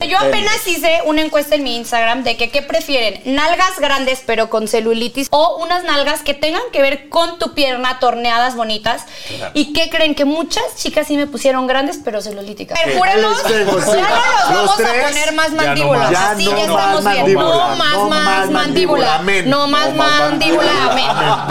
Eh. Yo apenas hice una encuesta en mi Instagram de que qué prefieren, nalgas grandes pero con celulitis o unas nalgas que tengan que ver con tu pierna, torneadas bonitas. ¿Y qué creen? Que muchas chicas sí me pusieron grandes pero celulíticas. Juremos, Sí, ya no pues sí. nos Los vamos tres, a poner más ya no mandíbulas. más. Ya Así no ya más estamos bien. mandíbula, No más, no más más mandíbula, mandíbula. amén. No más mandíbula. amén.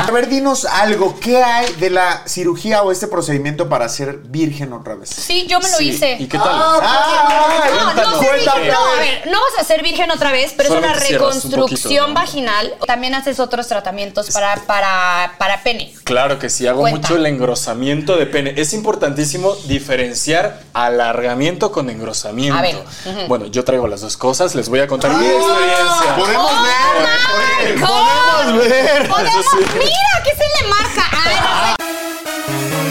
A ver, dinos algo. ¿Qué hay de la cirugía o este procedimiento para ser virgen otra vez? Sí, yo me lo Sí. hice. ¿Y qué tal? No, Ah, no sé, cuéntame. virgen, no, a ver, no vas a ser virgen otra vez, pero es Solamente una cierras un reconstrucción poquito, ¿no? vaginal. También haces otros tratamientos para, para, para pene. Claro que sí, hago Cuenta. mucho el engrosamiento de pene. Es importantísimo diferenciar alargamiento con engrosamiento. A ver, Bueno, yo traigo las dos cosas, les voy a contar mi experiencia. ¡Ah! Podemos ver. Oye, God! Podemos ver. ¡Oh, Podemos- sí. Mira, que se le marca. Ay, no sé.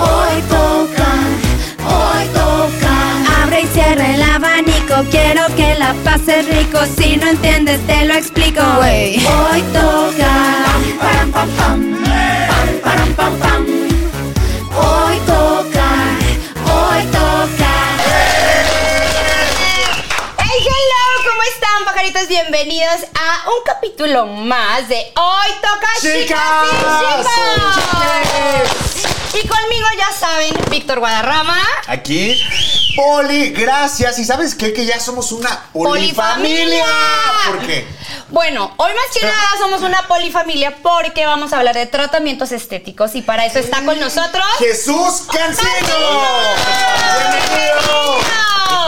Hoy toca, hoy toca. Abre y cierra el abanico, quiero que la pases rico. Si no entiendes, te lo explico. Hoy toca. Pam, pam, pam, pam. Pam, pam, pam, pam. Hoy toca, hoy toca. Hey, hello, ¿cómo están, pajaritos? Bienvenidos a un capítulo más de Hoy Toca Chicas y Chicos. Y conmigo, ya saben, Víctor Guadarrama. Aquí, Poli, gracias. ¿Y sabes qué? Que ya somos una polifamilia. Polifamilia. ¿Por qué? Bueno, hoy más que nada somos una polifamilia porque vamos a hablar de tratamientos estéticos y para eso está con nosotros. Jesús Cancino. Bienvenido.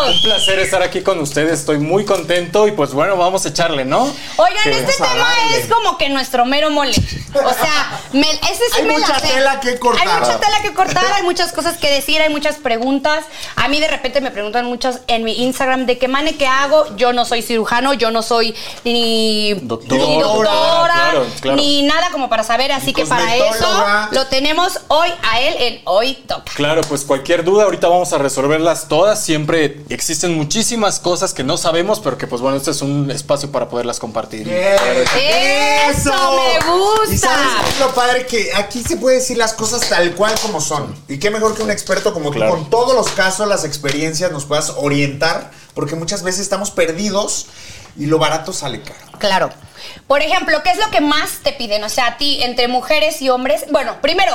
Un placer estar aquí con ustedes, estoy muy contento y pues bueno, vamos a echarle, ¿no? Oigan, Que- este vamos a tema darle. es como que nuestro mero mole. O sea, me- ese sí Hay me mucha la sé. tela que cortar. Hay mucha tela que cortar, hay muchas cosas que decir, hay muchas preguntas. A mí de repente me preguntan muchas en mi Instagram de qué mane que hago. Yo no soy cirujano, yo no soy ni Doctor. ni, doctora, Claro, claro. pues ni nada como para saber. Así Ni que para eso cosmetóloga. lo tenemos hoy a él en Hoy Toca. Claro, pues cualquier duda ahorita vamos a resolverlas todas. Siempre existen muchísimas cosas que no sabemos, pero que pues bueno, este es un espacio para poderlas compartir. Eh, Eso, me gusta. Y sabes qué es lo padre que aquí se puede decir las cosas tal cual como son. Y qué mejor que un experto como Claro. tú con todos los casos, las experiencias nos puedas orientar, porque muchas veces estamos perdidos y lo barato sale caro. Claro. Por ejemplo, ¿qué es lo que más te piden? O sea, a ti, entre mujeres y hombres. Bueno, primero,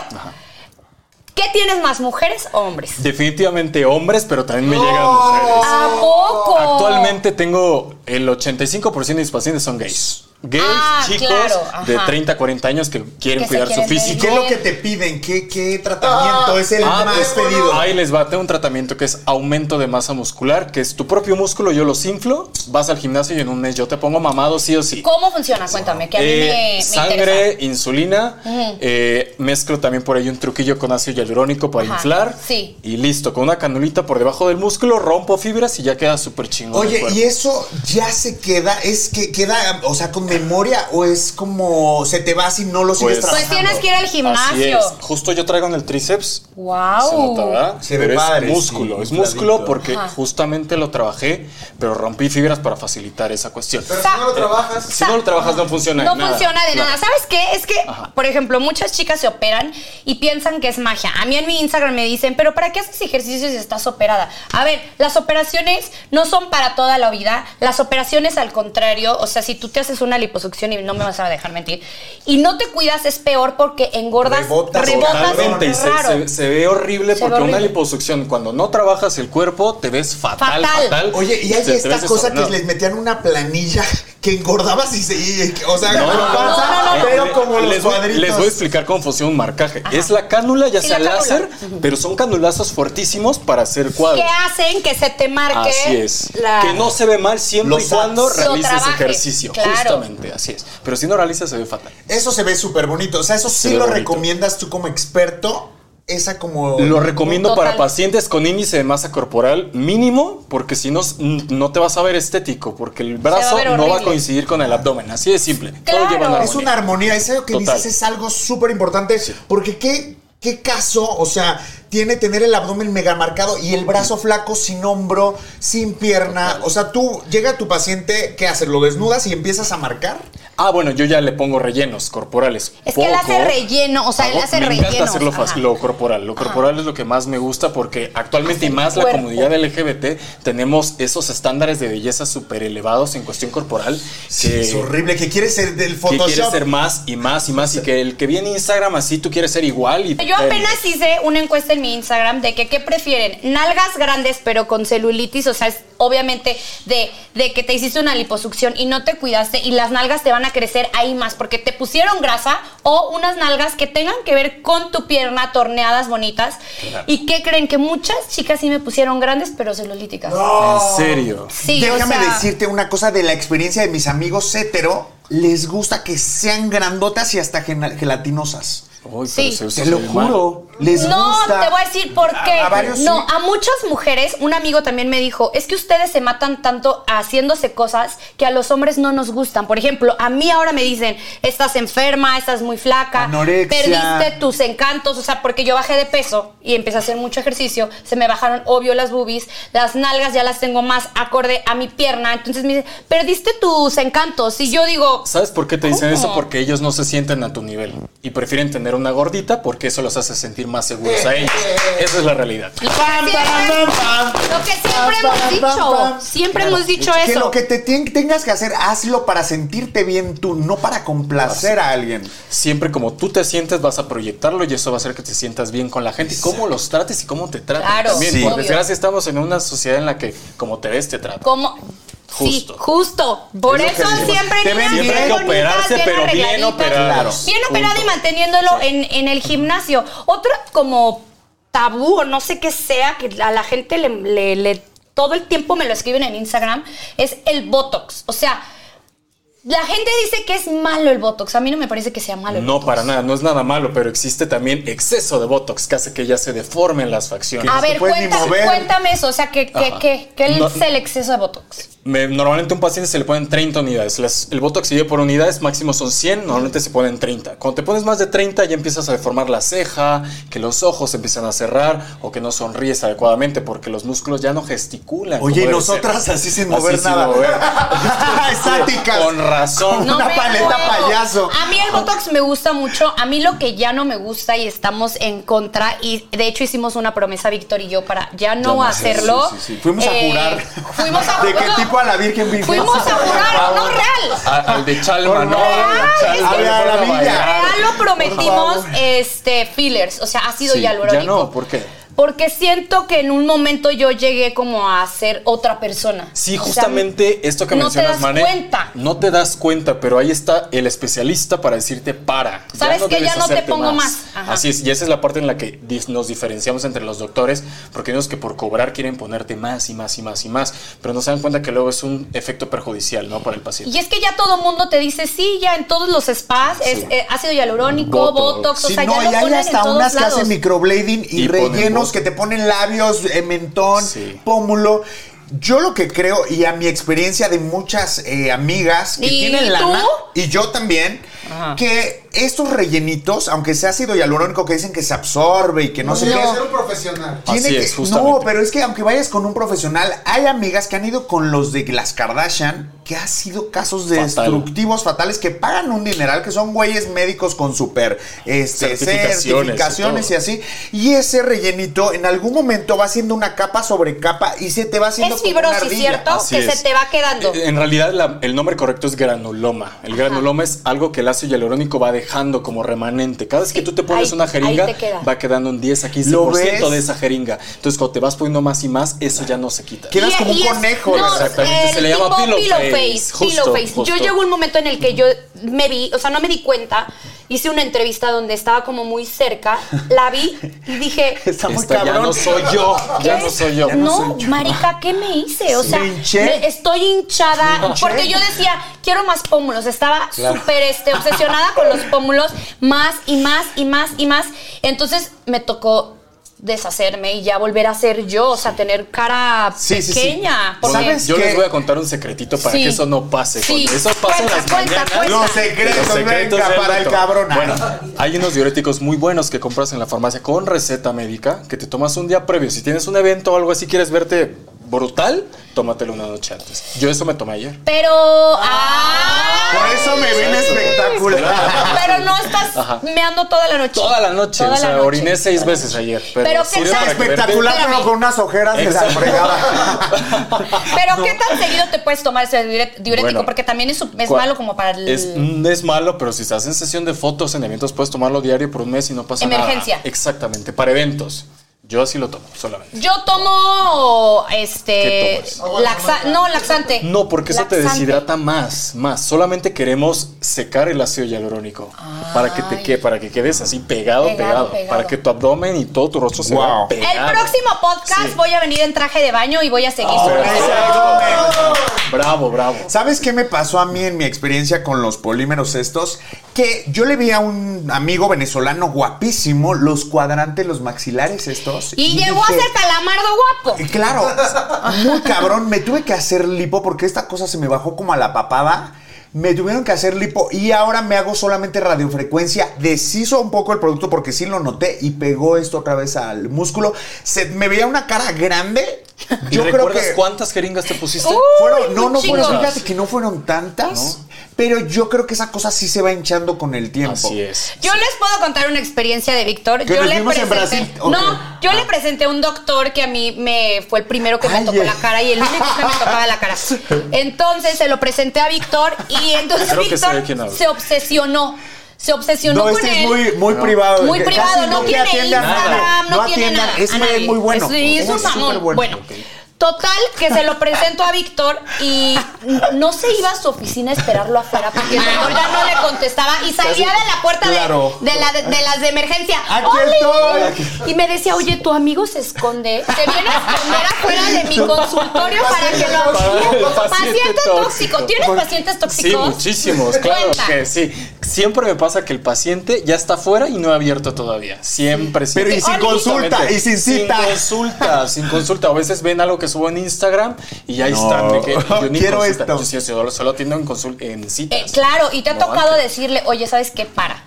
¿qué tienes más, mujeres o hombres? Definitivamente hombres, pero también me llegan No. mujeres. ¿A poco? Ah, Actualmente tengo el 85% de mis pacientes son gays. Gays, Ah, chicos claro, ajá. de 30, a 40 años que quieren Que se cuidar su quieren ver ¿Y físico. qué es lo que te piden? ¿Qué, qué tratamiento es el Ah, más pues, pedido? Ahí les va, tengo un tratamiento que es aumento de masa muscular, que es tu propio músculo, yo los inflo, vas al gimnasio y en un mes yo te pongo mamado sí o sí. ¿Cómo funciona? Cuéntame, que a mí Eh, me, me sangre, interesa. insulina, eh, mezclo también por ahí un truquillo con ácido hialurónico para Ajá, inflar. sí. Y listo, con una canulita por debajo del músculo, rompo fibras y ya queda súper chingón. el Oye, cuerpo. ¿y eso ya se queda? ¿Es que queda, o sea, con memoria o es como se te va si no lo sigues Pues- Pues tienes trabajando? que ir al Así gimnasio. es. Justo yo traigo en el tríceps. Guau. Se nota, ¿verdad? Se ve Pero padre, es músculo, sí, es músculo infladito. porque Ajá. justamente lo trabajé, pero rompí fibras para facilitar esa cuestión. Sa- trabajas. si no lo trabajas no funciona de No nada. funciona de Claro. nada. ¿Sabes qué? Es que, por ejemplo, muchas chicas se operan y piensan que es magia. A mí en mi Instagram me dicen, pero ¿para qué haces ejercicios si estás operada? A ver, las operaciones no son para toda la vida. Las operaciones, al contrario, o sea, si tú te haces una liposucción y no me vas a dejar mentir, y no te cuidas es peor porque engordas, Rebotas. rebotas, Totalmente, y se, raro. se- se ve horrible Se ve porque una horrible. liposucción, cuando no trabajas el cuerpo, te ves fatal, Fatal. fatal. Oye, y hay Te- te esta ves cosa que desordenado. les metían una planilla que engordabas y se. y- o sea, No, como no, no, panza, no, no, no. "Ah, pero Le- como los les, voy- cuadritos. les voy a explicar cómo funciona un marcaje. Es la cánula, ya Sí, sea la cánula. láser, pero son canulazos fuertísimos para hacer cuadros. ¿Qué hacen que se te marque? Así es. la- Que no se ve mal siempre Los y cuando abs. Lo realices trabajes, ejercicio. claro. Justamente, así es. Pero si no realizas, se ve fatal. Eso se ve súper bonito. O sea, eso sí ve lo bonito. recomiendas tú como experto. Esa como. Lo recomiendo Total. para pacientes con índice de masa corporal mínimo, porque si no, s- n- no te vas a ver estético, porque el brazo ver no va a horrible. coincidir con el abdomen. Así de simple. Claro. Todo lleva una Es una armonía. Eso que Total. dices es algo súper importante. Porque qué. ¿Qué caso, o sea, tiene tener el abdomen mega marcado y el brazo flaco, sin hombro, sin pierna? O sea, tú llega tu paciente, ¿qué haces? ¿Lo desnudas y empiezas a marcar? Ah, bueno, yo ya le pongo rellenos corporales. Es que él hace relleno, o sea, él Hago- hace me encanta rellenos, hacer lo, fas- ajá. lo corporal. Lo corporal es lo que más me gusta porque actualmente y más la cuerpo. comunidad LGBT tenemos esos estándares de belleza súper elevados en cuestión corporal. Sí, que- es horrible. Que quieres ser del que Photoshop. quieres ser más y más y más y que el que viene Instagram así tú quieres ser igual y Yo apenas hice una encuesta en mi Instagram de que qué prefieren, nalgas grandes pero con celulitis, o sea, es obviamente de, de que te hiciste una liposucción y no te cuidaste y las nalgas te van a crecer ahí más porque te pusieron grasa o unas nalgas que tengan que ver con tu pierna torneadas bonitas. ¿Y qué creen? Que muchas chicas sí me pusieron grandes pero celulíticas. en serio Sí, o Déjame sea, decirte una cosa de la experiencia de mis amigos hetero. Les gusta que sean grandotas y hasta gena- gelatinosas. Uy, Sí. pero se- Te se lo ve mal. juro. Les no, gusta. te voy a decir por qué. A- a varios no, sí. a muchas mujeres, un amigo también me dijo, es que ustedes se matan tanto haciéndose cosas que a los hombres no nos gustan. Por ejemplo, a mí ahora me dicen, estás enferma, estás muy flaca, Anorexia. perdiste tus encantos, o sea, porque yo bajé de peso y empecé a hacer mucho ejercicio, se me bajaron, obvio, las boobies, las nalgas ya las tengo más acorde a mi pierna, entonces me dicen, perdiste tus encantos. Y yo digo, ¿Sabes por qué te dicen ¿Cómo? eso? Porque ellos no se sienten a tu nivel y prefieren tener una gordita porque eso los hace sentir más seguros a Eh, ellos. Esa es la realidad. lo que siempre, lo que siempre hemos dicho, siempre hemos dicho Que eso. lo que te tien- tengas que hacer, hazlo para sentirte bien tú, no para complacer a alguien. Siempre como tú te sientes vas a proyectarlo y eso va a hacer que te sientas bien con la gente. Y Cómo los trates y cómo te tratas. Claro, También, Sí. por obvio. desgracia estamos en una sociedad en la que como te ves te tratan. Como. Sí, Justo. justo. Por Es lo que eso decimos. siempre Te ven niñas bien. Siempre hay que bonitas, operarse, bien pero bien arregladitas. operados. Bien operada y Punto. manteniéndolo en, en el gimnasio. Otro como tabú o no sé qué sea que a la gente le, le- le- todo el tiempo me lo escriben en Instagram es el Botox. O sea, la gente dice que es malo el Botox. A mí no me parece que sea malo. el No, Botox. para nada, no es nada malo, pero existe también exceso de botox que hace que ya se deformen las facciones. A no se ver, pueden ni cuenta- mover. cuéntame eso. O sea, ¿qué, qué, Ajá. qué- qué No- es el exceso de Botox? Me- normalmente a un paciente se le ponen 30 unidades. Las- el botox se lleva por unidades, máximo son 100, normalmente se ponen 30. Cuando te pones más de 30 ya empiezas a deformar la ceja, que los ojos se empiezan a cerrar o que no sonríes adecuadamente porque los músculos ya no gesticulan. Oye, como y debe nosotras ser. así sin mover sin nada. mover. Estáticas. Con razón. No. Una me paleta acuerdo. Ah, payaso. A mí el Botox me gusta mucho. A mí lo que ya no me gusta y estamos en contra, y de hecho hicimos una promesa, Víctor y yo, para ya no hacerlo. sí, sí, sí. Fuimos a jurar. eh, Fuimos a ¿De qué no, tipo a la Virgen Virgen? Fuimos a jurar, no real. A- al de Chalma, Por ¿no? favor. Al de Chalma, Ay, es que- le fueron A la villa. bailar. Real lo Por prometimos, favor. este, fillers, o sea, ácido Sí, hialurónico. ya no, ¿por qué? Porque siento que en un momento yo llegué como a ser otra persona. Sí, O sea, justamente esto que no te mencionas, das Mane, cuenta. No te das cuenta, pero ahí está el especialista para decirte para. ¿Sabes qué? Ya debes no te hacerte pongo más. Ajá. Así es, y esa es la parte en la que dis- nos diferenciamos entre los doctores, porque ellos que por cobrar quieren ponerte más y más y más y más, pero no se dan cuenta que luego es un efecto perjudicial, ¿no? Para el paciente. Y es que ya todo mundo te dice, sí, ya en todos los spas es Sí. eh, ácido hialurónico, Botox. botox, o Sí, sea, no, ya y lo hay ponen en hasta todos unas que lados. hacen microblading y, Y ponen rellenos voz. que te ponen labios, eh, mentón, Sí. pómulo. Yo lo que creo, y a mi experiencia de muchas eh, amigas que ¿Y tienen tú? lana, y yo también, que estos rellenitos, aunque sea ácido hialurónico que dicen que se absorbe y que Pues no sé Tiene que qué, ser un profesional. tiene Así que- es, no, justamente. pero es que aunque vayas con un profesional, hay amigas que han ido con los de las Kardashian, que ha sido casos Fatal. destructivos, fatales, que pagan un dineral, que son güeyes médicos con super este, Certificaciones y certificaciones y, todo. así. Y ese rellenito en algún momento va haciendo una capa sobre capa y se te va haciendo Es como una fibrosis, ardilla. ¿cierto? Así que es. se te va quedando. Eh, En realidad la- el nombre correcto es granuloma. El granuloma es algo que el ácido hialurónico va dejando como remanente. Cada vez que Sí, tú te pones ahí- una jeringa, ahí te queda. va quedando un 10 a ¿Lo 15% ves? de esa jeringa. Entonces cuando te vas poniendo más y más, eso ya no se quita. Quedas Y- como un y es- conejo. no, Exactamente, el se le llama tipo pillow pillow face. face, Justo, pillow face. Yo justo. llegó un momento en el que yo me vi, o sea, no me di cuenta. Hice una entrevista donde estaba como muy cerca, la vi y dije, Está muy Esta ya cabrón. no soy yo, ya ¿Qué? no soy yo. No, marica, ¿qué me hice? O Sí. sea, Me hinché. me- estoy hinchada porque yo decía, quiero más pómulos. Estaba súper este, obsesionada con los pómulos, más y más y más y más. Entonces me tocó deshacerme y ya volver a ser yo, o sea, tener cara Sí, sí, sí. pequeña. porque- ¿Sabes? Yo qué? les voy a contar un secretito para Sí. que eso no pase. Sí. Cuando eso pasa en Cuenta, las cuenta, mañanas. cuenta. Los secretos, Los secretos venga, del para el doctor. cabrón. Bueno, hay unos diuréticos muy buenos que compras en la farmacia con receta médica que te tomas un día previo. Si tienes un evento o algo así, quieres verte brutal, tómatelo una noche antes. Yo eso me tomé ayer. Pero. ¡Ah! Por eso me ven espectacular. Pero no estás Ajá. meando toda la noche. Toda la noche, Toda o la sea, noche. oriné seis veces ayer. Pero, Pero qué sirve tal- para que Espectacular, Espérame. pero con unas ojeras de la Exacto. fregada. Pero ¿qué tan seguido te puedes tomar ese diure- diurético? Bueno. Porque también es, es ¿Cuál? malo como para el... Es, mm, es malo, pero si estás en sesión de fotos, en eventos, puedes tomarlo diario por un mes y no pasa Emergencia. nada. Exactamente, para eventos. Yo así lo tomo, solamente. Yo tomo este ¿Qué tomas? laxa- no laxante. No, porque eso te Laxante. deshidrata más, más. Solamente queremos secar el ácido hialurónico para que te quede, para que quedes así pegado, Pegado, pegado, pegado. para que tu abdomen y todo tu rostro se Wow. vea El pegado. próximo podcast Sí. voy a venir en traje de baño y voy a Ah, seguir. su- Bravo, bravo. ¿Sabes qué me pasó a mí en mi experiencia con los polímeros estos? Que yo le vi a un amigo venezolano guapísimo los cuadrantes, los maxilares estos. y llegó a dije, ser calamardo guapo. Y Claro, muy cabrón. Me tuve que hacer lipo porque esta cosa se me bajó como a la papada. Me tuvieron que hacer lipo y ahora me hago solamente radiofrecuencia. Deshizo un poco el producto porque sí lo noté y pegó esto otra vez al músculo. Se, me veía una cara grande. ¿Y Yo creo recuerdas que. cuántas jeringas te pusiste? Uh, Fueron, Uy, no, no chicos. fueron, fíjate que no fueron tantas, No. pero yo creo que esa cosa sí se va hinchando con el tiempo. Así es. Yo les puedo contar una experiencia de Víctor. Que Yo nos le vimos presenté. en Brasil, ok. Ah. No, yo le presenté a un doctor que a mí me fue el primero que me Ay, tocó eh. la cara y el único que me tocaba la cara. Entonces se lo presenté a Víctor y entonces Creo que sé de Víctor quién hablo. se obsesionó. Se obsesionó No, con este es él. muy, muy privado. Muy que privado, casi no que tiene atiendan nada. Instagram, no, tiene atiendan, nada. a Es muy- nadie. muy bueno. Sí, es un mamón. superbueno. Bueno, total, que se lo presento a Víctor y no se iba a su oficina a esperarlo afuera porque el doctor ya no le contestaba y salía de la puerta de- Claro. de, la, de, las de emergencia. Aquí ¡Oli! estoy, aquí. Y me decía, oye, tu amigo se esconde. Se viene a esconder afuera de mi consultorio para que lo Paciente paciente, tóxico. tóxico. ¿Tienes pacientes Sí, tóxicos? muchísimos, claro Cuenta. que sí. Siempre me pasa que el paciente ya está fuera y no ha abierto todavía. Siempre, Pero siempre. y sin Oli. consulta, y sin cita. Sin consulta, sin consulta. A veces ven algo que subo en Instagram y ya están de que yo ni Quiero consulta. esto. Yo sí, solo, solo atiendo en, consul- en citas. Eh, claro, y te ha No, tocado antes. decirle, oye, ¿sabes qué? Para.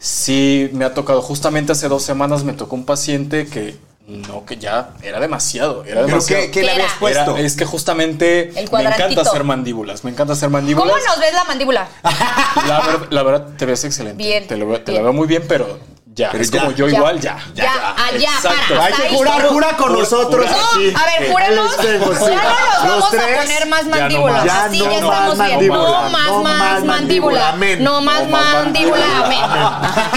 Sí, me ha tocado. Justamente hace dos semanas me tocó un paciente que no, que ya era demasiado. Era Pero demasiado. ¿qué, qué le Era. habías Era- puesto? es que justamente me cuadrantito. encanta hacer mandíbulas, me encanta hacer mandíbulas. ¿Cómo nos ves la mandíbula? Ah, La, ver- la verdad, te ves excelente. Bien, Te, lo veo- te bien. la veo muy bien, pero ya. Pero es ya, como yo ya. igual, ya. Ya, allá, Exacto. para. Hay hasta que ahí. jurar, jura con Jura, nosotros jura. aquí. No, a ver, júrenos. Sí, Ya no pues, nos sí. vamos Los a tres, poner más ya no mandíbulas. más. Ya Así no ya más estamos bien. mandíbula, No más, no más más mandíbula. mandíbula, amén. No más No más mandíbula. mandíbula, Amén.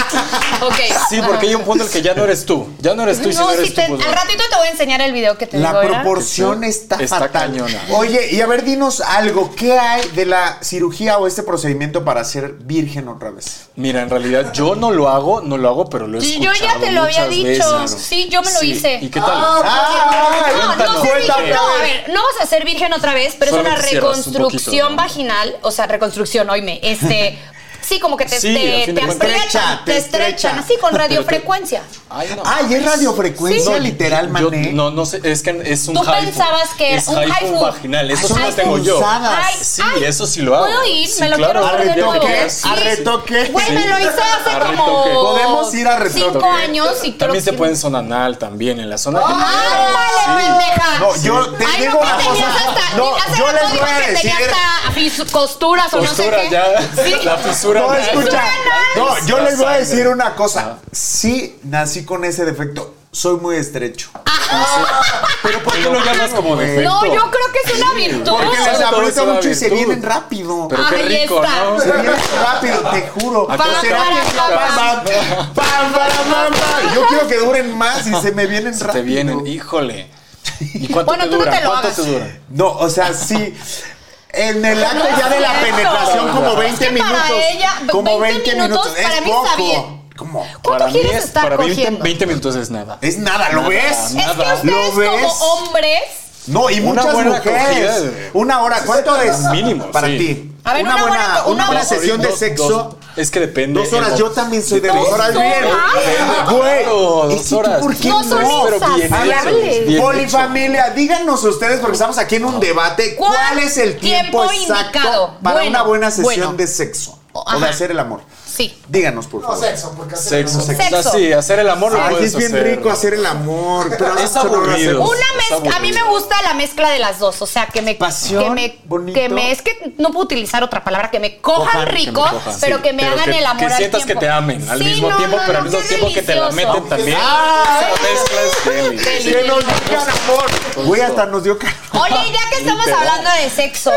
Ok. Sí, porque hay un punto en el que ya no eres tú. Ya no eres tú y si No, no eres si tú. te- pues, al no. ratito te voy a enseñar el video que te La digo, ¿verdad? proporción Sí, sí. está, Está fatal. cañona. Oye, y a ver, dinos algo. ¿Qué hay de la cirugía o este procedimiento para ser virgen otra vez? Mira, en realidad yo no lo hago, no lo hago, pero lo he Sí, yo escuchado ya te lo había muchas dicho. veces. Sí, yo me lo hice. ¿Y qué tal? ¡Ah! No, no, Cuéntanos. ser virgen, no, a Cuéntanos. ver, no vas a ser virgen otra vez, pero Solamente es una cierras un poquito, reconstrucción ¿no? vaginal, o sea, reconstrucción, oíme, este, sí, como que te, Sí, te, al fin de te cuentas. aprietan, te Te estrecha. estrechan, así con radiofrecuencia. Ay, no. Ay, es radiofrecuencia, No, literal, yo- mané. No, no sé, es que es un Tú haifu. pensabas que es un haifu. vaginal, eso Son sí lo las tengo yo. pulsadas. Ay, Sí, ay, eso sí lo hago. ¿Puedo ir? Sí, me lo claro. quiero hacer de Arretoque, nuevo. arretoque. Güey, me lo hice hace Arretoque. como Podemos ir a arretoque. cinco años y creo También se que- Ah, pueden zona anal también, en la zona ¡Ándale, pendeja! No, yo te Ay, digo no, una que tenías cosa. hasta... No, hace yo rato les voy dijo a que tenía decir- hasta fis- costuras o no sé Postura qué. ya, Sí. la fisura. No, ya. escucha. No, yo les voy a decir una Ah. cosa. Sí, nací con ese defecto. Soy muy estrecho. Ah, Pero ¿por qué lo llamas como defecto? No, yo creo que es una virtud. Porque les Exacto, es aprieta una mucho y se virtud. vienen rápido. Pero qué Ahí rico, está. ¿no? Se vienen rápido, te juro. Acá O sea, está. pam, pam, pam, pam, pam, pam. Yo quiero que duren más y se me vienen rápido. Te vienen, híjole. ¿Y cuánto Bueno, te tú no dura? te lo ¿Cuánto hagas. te dura? No, o sea, sí. En el acto No es ya de la cierto. penetración, como 20 Es que para minutos. ella, como 20 minutos, es para mí poco. está bien. ¿Cómo? ¿Cuánto Para mí quieres es- estar Para mí 20, cogiendo? 20 minutos es nada. Es nada, ¿lo ves? Es que nada. ustedes ¿Lo ves? como hombres... No, y Una muchas buena mujeres. acogida. Una hora, ¿cuánto es? Mínimo, Para sí. ti. A ver, una buena- buena, una una buena buena- sesión de Dos- sexo. dos- eh, es que depende. Dos horas, el- yo también soy de dos ¿Dos horas. bien. horas? Güey, Claro, ¿y dos si tú horas. ¿Por qué No son no? Pero bien A ver, hecho, bien Polifamilia, díganos ustedes, porque estamos aquí en un debate, ¿Cuál ¿cuál, es el tiempo, tiempo exacto indicado? para Bueno, una buena sesión bueno. de sexo? O Ajá. de hacer el amor. Sí. Díganos, por No, favor. sexo, porque hacer el Sexo. amor- Sexo. O sea, sí, hacer el amor lo Ay, puedes es bien hacer. rico hacer el amor. Pero Es eso no lo aburrido. hacemos. Está Una mezcla, a mí me aburrido. gusta la mezcla de las dos, o sea, que me Pasión, que me bonito. que me es que no puedo utilizar otra palabra, que me cojan, Cojan, que me rico, cojan, pero sí, que me pero hagan que- el amor que al sientas que tiempo. te amen al Sí, mismo no, tiempo, no, pero al no, mismo qué tiempo que te la delicioso. meten también. Ah, Esa mezcla es deli. Deli. Que nos digan amor. Güey, hasta nos dio calor. Oye, y ya que estamos Literal. hablando de sexo,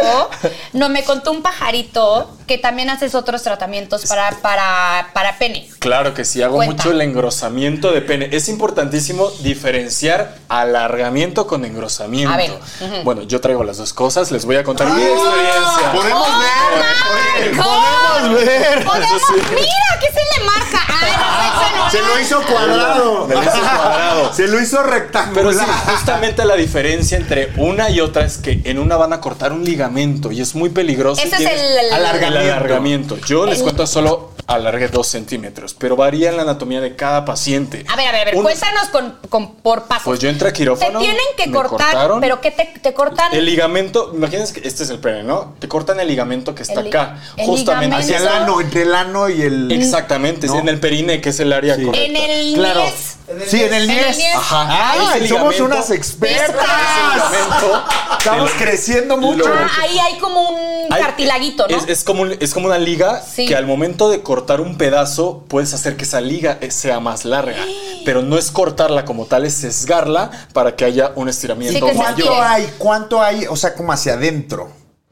no me contó un pajarito que también haces otros tratamientos para para para pene. Claro que sí, hago Cuenta. mucho el engrosamiento de pene. Es importantísimo diferenciar alargamiento con engrosamiento. A ver, Ah. Bueno, yo traigo las dos cosas, les voy a contar mi experiencia. Podemos ver. ¡Marco! Podemos ver. ¡Oh, Podemos- Eso sí. Mira, que se le marca. Ay, no, Se sexo no. lo hizo cuadrado. Me lo hizo cuadrado. Se lo hizo Pero sí, rectangular. justamente la diferencia entre una y otra es que en una van a cortar un ligamento y es muy peligroso. y Ese es tienes el- alargamiento. Yo les cuento solo alargué dos centímetros, pero varía en la anatomía de cada paciente. A ver, a ver, a ver, Unos- cuéntanos con, con- por pasos. Pues yo entré a te quirófano. tienen que me cortar, cortaron. pero ¿qué te, te cortan? El ligamento, imagínense que este es el pene, ¿no? Te cortan el ligamento que está El li- acá. el justamente. Hacia el ligamento. ano, entre el ano y el. Exactamente, ¿No? es en el perine, que es el área Sí. correcta. en el Claro. niés. Sí, en el En el niés. niés. Ajá. Ay, Ese somos ligamento- unas Ese expertas. ligamento Estamos te lo- creciendo mucho. Lo- Ah, ahí hay como un Hay- cartilaguito, ¿no? Es, es como, un- es como una liga Sí. que al momento de cortar un pedazo puedes hacer que esa liga eh, sea más larga. Pero no es cortarla como tal, es sesgarla para que haya un estiramiento Sí, que se mayor. ¿Cuánto hay? ¿Cuánto hay? O sea, como hacia adentro.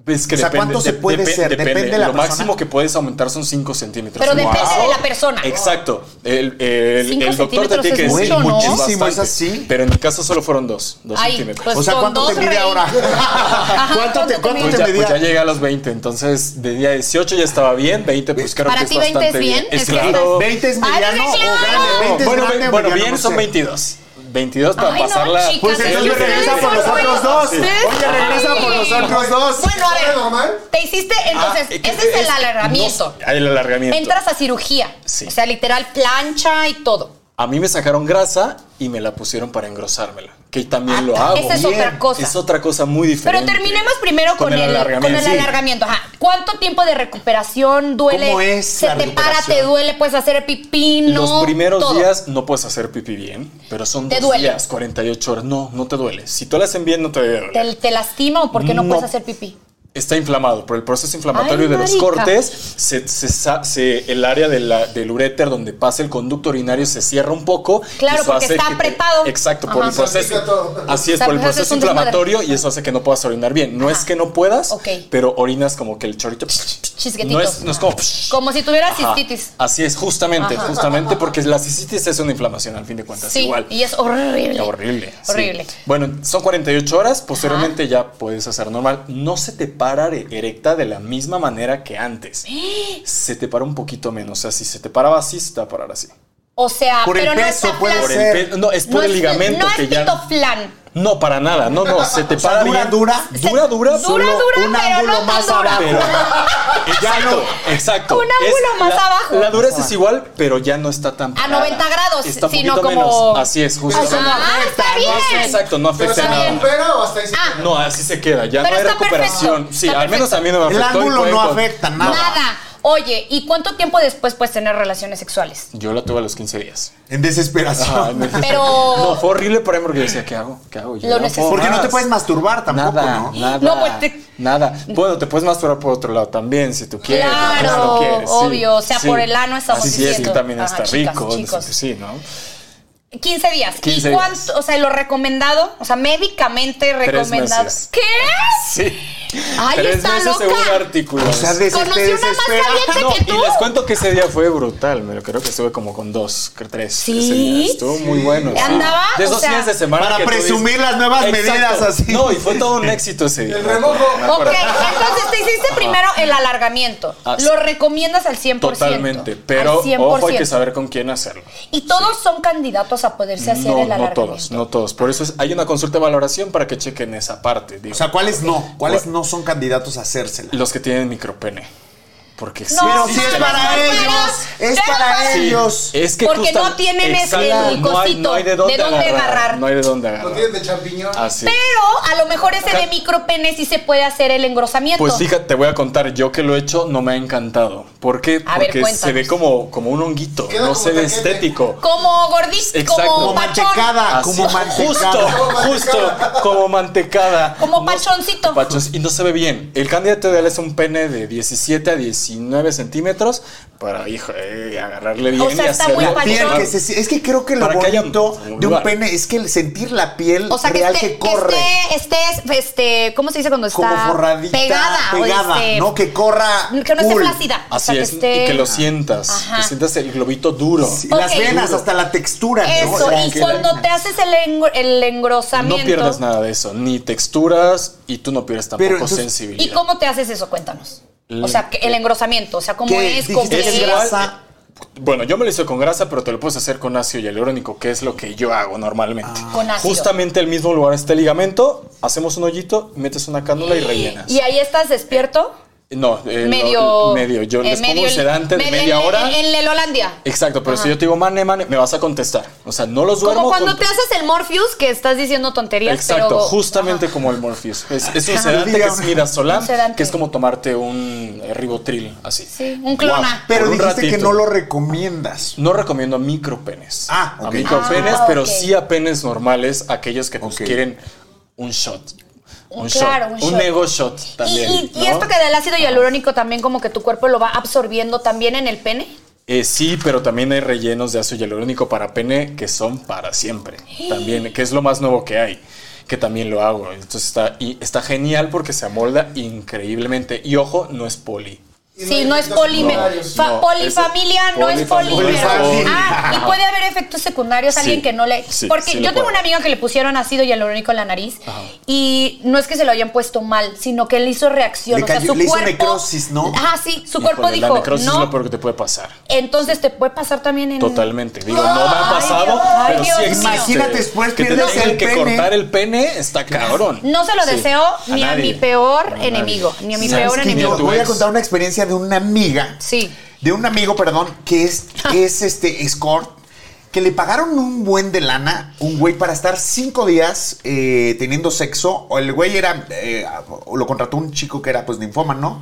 Es que O sea, depende, ¿cuánto se puede hacer? Depende de la Lo máximo persona. que puedes aumentar son 5 centímetros. Pero Wow. depende de la persona. Exacto. El, el- Cinco el doctor te centímetros tiene que es decir mucho, ¿no? Muchísimo, es bastante. así. Pero en mi caso solo fueron 2 dos Ay, centímetros. pues O sea, con ¿cuánto dos te mide reí. ahora? Ajá, ¿Cuánto te- cuánto mide? Pues ya, te pues ya medía? llegué a los 20, entonces de día 18 ya estaba bien, 20 pues creo ¿Para que es ti 20 es bastante bien? Es Es que claro. estás- 20 es Ay, mediano sí, claro. o grande. 20 es bueno, grande ve- o bueno, mediano, bien no son sé. 22. 22 para Ay, no, pasarlas. chicas, Pues es entonces que regresa ustedes por son nosotros buenos. dos. Ustedes Oye, son regresa buenos. por Pues nosotros dos. Bueno, a ¿Fue normal? ver, te hiciste, entonces, Ah, ese es el no alargamiento. sé, el alargamiento. Entras a cirugía. Sí. O sea, literal, plancha y todo. A mí me sacaron grasa y me la pusieron para engrosármela, que también Ah, lo hago. esa es Bien. otra cosa. Es otra cosa muy Pero diferente. terminemos primero con, el, con el sí. alargamiento. Ajá. ¿Cuánto tiempo de recuperación duele? ¿Cómo es Se la te para, recuperación? te duele, puedes hacer pipí, no. Los primeros todo. días no puedes hacer pipí bien, pero son Te dos duele. días, 48 horas. No, no te duele. Si tú lo hacen bien, no te debe doler. ¿Te, te lastima o por qué no, No. puedes hacer pipí? Está inflamado por el proceso inflamatorio Ay, de los marica. cortes. Se, se sa- se- el área de la- del uréter donde pasa el conducto urinario se cierra un poco. Claro, y eso porque hace está que te- apretado. exacto, por Ajá. el proceso. Salpica todo. Así es, O sea, por el pues, haces proceso un desmadre. inflamatorio y eso hace que no puedas orinar bien. No es que no puedas, Ok. pero orinas como que el chorrito. Chisguetito. No es, no es como. Como si tuvieras Ajá. cistitis. Así es, justamente, Ajá. justamente porque la cistitis es una inflamación al fin de cuentas, Sí, igual. y es horrible. Horrible. sí. Horrible. Bueno, son 48 horas, posteriormente ya puedes hacer normal. No se te para re- erecta de la misma manera que antes. ¿Eh? Se te para un poquito menos. O sea, si se te paraba así, se te va a parar así. O sea, Por el pero no peso está puede flan. Por el ser. pe- no, es por el es- ligamento no que es ya. pito flan. No, para nada. No, no, se te O sea, para dura, bien. dura. Dura, dura. Dura, solo dura, un pero ángulo no tan más dura. abajo. pero exacto, exacto. Un ángulo más la- abajo. La dureza es igual, pero ya no está tan A parada. 90 grados, Está un sino poquito como- menos. Así es, justo. Ah, está bien. Exacto, no ¿Pero afecta se en nada. recupera o hasta ahí se Ah. queda? No, así se queda, ya Pero no hay está recuperación. perfecto, Sí, está al menos perfecto. a mí no me El afectó. y ángulo pueden no con- afecta Nada. nada. Oye, ¿y cuánto tiempo después puedes tener relaciones sexuales? Yo la tuve a los 15 días. En desesperación. Pero- No, fue horrible para mí porque yo decía, ¿qué hago? ¿Qué hago? Yo Lo no puedo Porque no te más. puedes masturbar tampoco, nada, ¿no? nada, No, pues te- nada. Bueno, te puedes masturbar por otro lado también, si tú quieres. Claro, si no quieres, sí, obvio, o sea, por el ano estamos Así es que diciendo. también Ajá, está chicas, rico. chicos. Sí, ¿no? 15 días. 15 ¿Y días. cuánto? O sea, lo recomendado, o sea, médicamente recomendado. meses. ¿Qué? Sí. Ay, Tres está meses loca. según artículos. O sea, des- Conocí te una más desespera. caliente No, que y tú. les cuento que ese día fue brutal, me lo creo que estuve como con dos, cre- tres. ¿Sí? ese día. Estuvo muy bueno. sí. Andaba, de esos o sea, días de semana. para que tú dices- presumir las nuevas medidas así. No, y fue todo un éxito ese día. El remojo. Me Ok, acuerdo. entonces te hiciste primero el alargamiento. Ah, sí. Lo recomiendas al 100%. Totalmente, Al pero 100%. ojo, hay que saber con quién hacerlo. Y todos son candidatos a poderse hacer No, el no alargamiento. todos, no todos. Por eso es- hay una consulta de valoración para que chequen esa parte. digo. O sea, ¿cuáles no? ¿Cuáles Bueno. no son candidatos a hacérsela? los que tienen micropene. Porque No, Pero sí si es existe mames, la- para no, ellos, pero- es pero para para- ellos. Es que Porque justa- no tienen ese Exacto, no hay- cosito no hay de dónde, agarrar, agarrar. No hay de dónde agarrar. ¿Lo tienen de champiñón? Ah. Así. Pero a lo mejor ese de micropene sí se puede hacer el engrosamiento. Pues fíjate, te voy a contar, yo que lo he hecho no me ha encantado. ¿Por qué? A ver, Porque se cuéntanos. ve como, como un honguito, Queda no como se ve taquete. estético. Como gordito, Exacto. como Como pachón. Así, mantecada, Ah, como mantecada. Justo, justo, como mantecada. Como No- pachoncito. pachos- y no se ve bien. El candidato ideal es un pene de 17 a 19 centímetros para, hijo, eh, agarrarle bien O sea, y está muy hacerlo- pachón. Piel que se- es que creo que lo Para que haya bonito un de un lugar. pene es que el sentir la piel O sea, que real que, esté, que corre. esté, esté, este, ¿cómo se dice cuando está? como forradita, Pegada. o pegada, este, ¿no? Que corra. que no esté cool. flácida. O Así sea, que es, esté- y que lo sientas, Ajá. que sientas el globito duro. Sí, Las Ok. venas, hasta la textura. ¿no? Eso, O sea, y que- cuando te haces el, engr- el engrosamiento. No pierdas nada de eso, ni texturas y tú no pierdes tampoco Pero entonces- sensibilidad. ¿Y cómo te haces eso? Cuéntanos. O sea, que Eh, el engrosamiento, o sea, cómo ¿Qué? es, cómo Dijiste que es es. grasa. Bueno, yo me lo hice con grasa, pero te lo puedes hacer con ácido hialurónico, que es lo que yo hago normalmente. Ah. Con ácido. Justamente el mismo lugar está el ligamento, hacemos un hoyito, metes una cánula y rellenas. Y ahí estás despierto. No, eh, lo- medio. medio. Yo eh, les pongo medio un el- sedante de medio media en- hora. En, en el Holandia. Exacto, pero si yo te digo mane, mane, me vas a contestar. O sea, no los duermo. Como cuando con- te haces el Morpheus, que estás diciendo tonterías, Exacto, pero. justamente como el Morpheus. Es, es un Ajá. sedante que es Dígame. Un mirazolam, sedante. que es como tomarte un eh, ribotril, así. Sí, un clona. Pero Por un dijiste que ratito. no lo recomiendas. No recomiendo micropenes. Ah, ok. A micropenes, Ah, pero ok. sí a penes normales, aquellos que pues, Ok. quieren un shot. Un Claro, shot. un Un, shot. ego shot también. y, y- y ¿no? esto que del ácido hialurónico también, como que tu cuerpo lo va absorbiendo también en el pene. Eh, sí, pero también hay rellenos de ácido hialurónico para pene que son para siempre. También, que es lo más nuevo que hay, que también lo hago. Entonces está, y está genial porque se amolda increíblemente. Y ojo, no es poli. Y Sí, no es efectos polime. secundarios. Fa- No, polifamilia es- no es polímero. polifamilia. Ah, y puede haber efectos secundarios, alguien Sí, que no le. sí, Porque sí yo lo tengo puede. una amiga que le pusieron ácido hialurónico en la nariz y no es que se lo hayan puesto mal, sino que le hizo reacción. Le o sea, cayó- su le hizo cuerpo. necrosis, ¿no? Ah, sí, su Híjole, cuerpo La dijo. necrosis es No, lo peor que te puede pasar. entonces te puede pasar también en. Totalmente. Digo, no me ha Ay, pasado, Dios, ay, pero Dios sí mío. existe. Imagínate, después que te pierdes tengan el que pene. cortar el pene, está cabrón. No se lo Sí. deseo ni a nadie. mi peor nadie. enemigo, ni a mi ¿Sabes peor qué? que enemigo. yo Tu voy a ex. contar una experiencia de una amiga. Sí. De un amigo, perdón, que es, es este escort, que le pagaron un buen de lana, un güey, para estar cinco días eh, teniendo sexo. O el güey era, eh, o lo contrató un chico que era pues ninfómano, ¿no?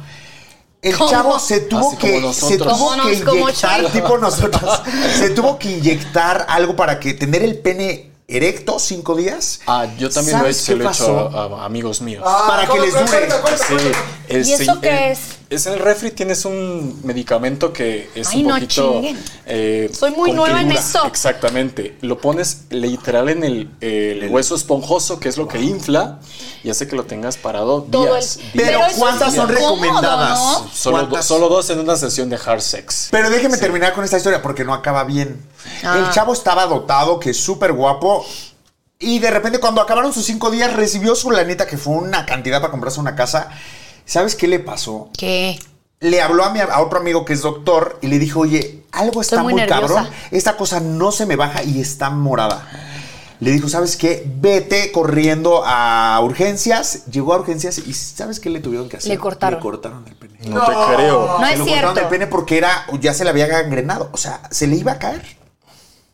El ¿Cómo? chavo se tuvo Así que, como se nosotros. tuvo Como que nos- como inyectar, Chuy. tipo nosotros, se tuvo que inyectar algo para que tener el pene erecto cinco días. Ah, yo también lo he ¿Sabes hecho, qué lo he hecho pasó? a, a amigos míos. Ah, Para que ¿cómo? les dure. Cuenta, cuenta, Sí, cuenta. el ¿Y eso se- qué el- es? Es en el refri, tienes un medicamento que es Ay, un no poquito. chinguen. eh, Soy muy con nueva en figura. eso. Exactamente. Lo pones literal en el, el hueso esponjoso, que es lo que infla y hace que lo tengas parado Todo el- días. días. Pero, Pero eso ¿cuántas sí son es incómodo, recomendadas? ¿no? Solo, do- ¿Cuántas? solo dos en una sesión de hard sex. Pero déjeme terminar con esta historia porque no acaba bien. Ah. El chavo estaba dotado, que es súper guapo. Y de repente, cuando acabaron sus cinco días, recibió su lanita, que fue una cantidad para comprarse una casa. ¿Sabes qué le pasó? ¿Qué? Le habló a, mi- a otro amigo que es doctor y le dijo, oye, algo está Estoy muy muy, nerviosa. cabrón. Esta cosa no se me baja y está morada. Le dijo, ¿sabes qué? Vete corriendo a urgencias. Llegó a urgencias y ¿sabes qué le tuvieron que hacer? Le cortaron. Le cortaron el pene. No, te creo. No se es lo cortaron cierto. del pene porque era, ya se le había gangrenado. O sea, se le iba a caer.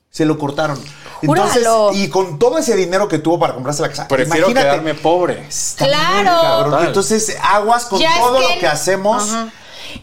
Se lo cortaron. Entonces, Júralo. y con todo ese dinero que tuvo para comprarse la casa. Prefiero imagínate, quedarme pobre. está muy Claro. cabrón. Total. Entonces, aguas con Ya es todo que- lo que hacemos. Ajá.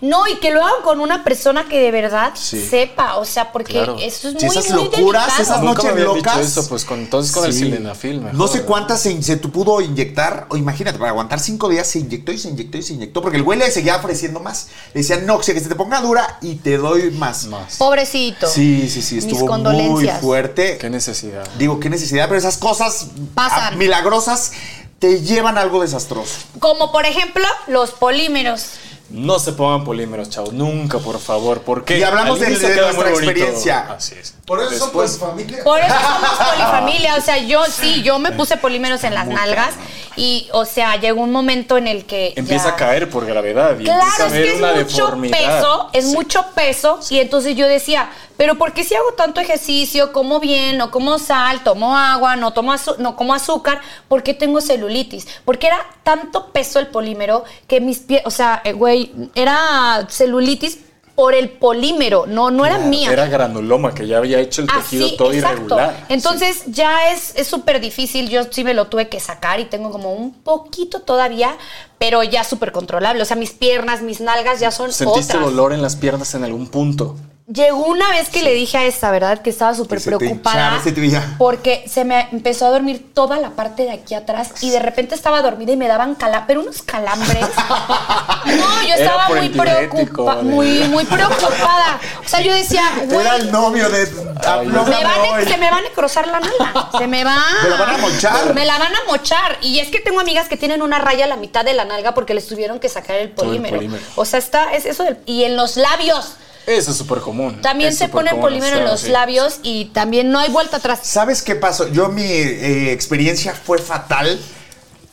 No, y que lo hagan con una persona que de verdad Sí. sepa, o sea, porque Claro. eso es Sí, muy, esas muy locuras, delicado. esas Nunca me noches habían locas. dicho eso, pues con, entonces con el Sí. sildenafil. mejor, No sé ¿verdad? cuántas se, se tu pudo inyectar. O imagínate, para aguantar cinco días se inyectó y se inyectó y se inyectó. Porque el güey le seguía ofreciendo más. Le decía, no, que se te ponga dura y te doy más. Más. Pobrecito. Sí, sí, sí. Mis Estuvo muy condolencias. fuerte. Qué necesidad. Digo, qué necesidad, pero esas cosas Pasan. ah, milagrosas te llevan a algo desastroso. Como por ejemplo los polímeros. No se pongan polímeros, chavos. Nunca, por favor. Porque Y hablamos al de- inicio de queda nuestra muy bonito. experiencia. Así es. Por eso son Después- pues familia. Por eso somos polifamilia. O sea, yo sí, yo me puse polímeros en las nalgas Y, o sea, llegó un momento en el que. Empieza ya- a caer por gravedad y Claro, empieza a es haber que es una mucho deformidad. peso, es Sí. mucho peso. Y entonces yo decía, pero ¿por qué si hago tanto ejercicio, como bien, no como sal, tomo agua, no, tomo azu- no como azúcar, ¿por qué tengo celulitis? Porque era tanto peso el polímero que mis pies, o sea, eh, güey, era celulitis por el polímero, no, no era Claro, mía. Era granuloma que ya había hecho el tejido Así, todo exacto. irregular. Entonces ya es es súper difícil. Yo sí me lo tuve que sacar y tengo como un poquito todavía, pero ya súper controlable. O sea, mis piernas, mis nalgas ya son Sí. ¿Sentiste otras. dolor en las piernas en algún punto? Llegó una vez que le dije a esta, ¿verdad? Que estaba súper se te preocupada. hinchaba, se te hinchaba. porque se me empezó a dormir toda la parte de aquí atrás y de repente estaba dormida y me daban cala pero unos calambres. no, yo Era estaba por muy, el diurético, preocupa- Ale. muy, muy preocupada. O sea, yo decía, güey, Era el novio de. Habló me van a- hoy. se me van a cruzar la nalga. Se me va. Me la van a mochar. Me la van a mochar. Y es que tengo amigas que tienen una raya a la mitad de la nalga porque les tuvieron que sacar el Todo el polímero. polímero. O sea, está, es eso del. Y en los labios. Eso es súper común. También Es se súper pone el común, polímero en claro, los sí. labios y también no hay vuelta atrás. ¿Sabes qué pasó? Yo mi eh, experiencia fue fatal,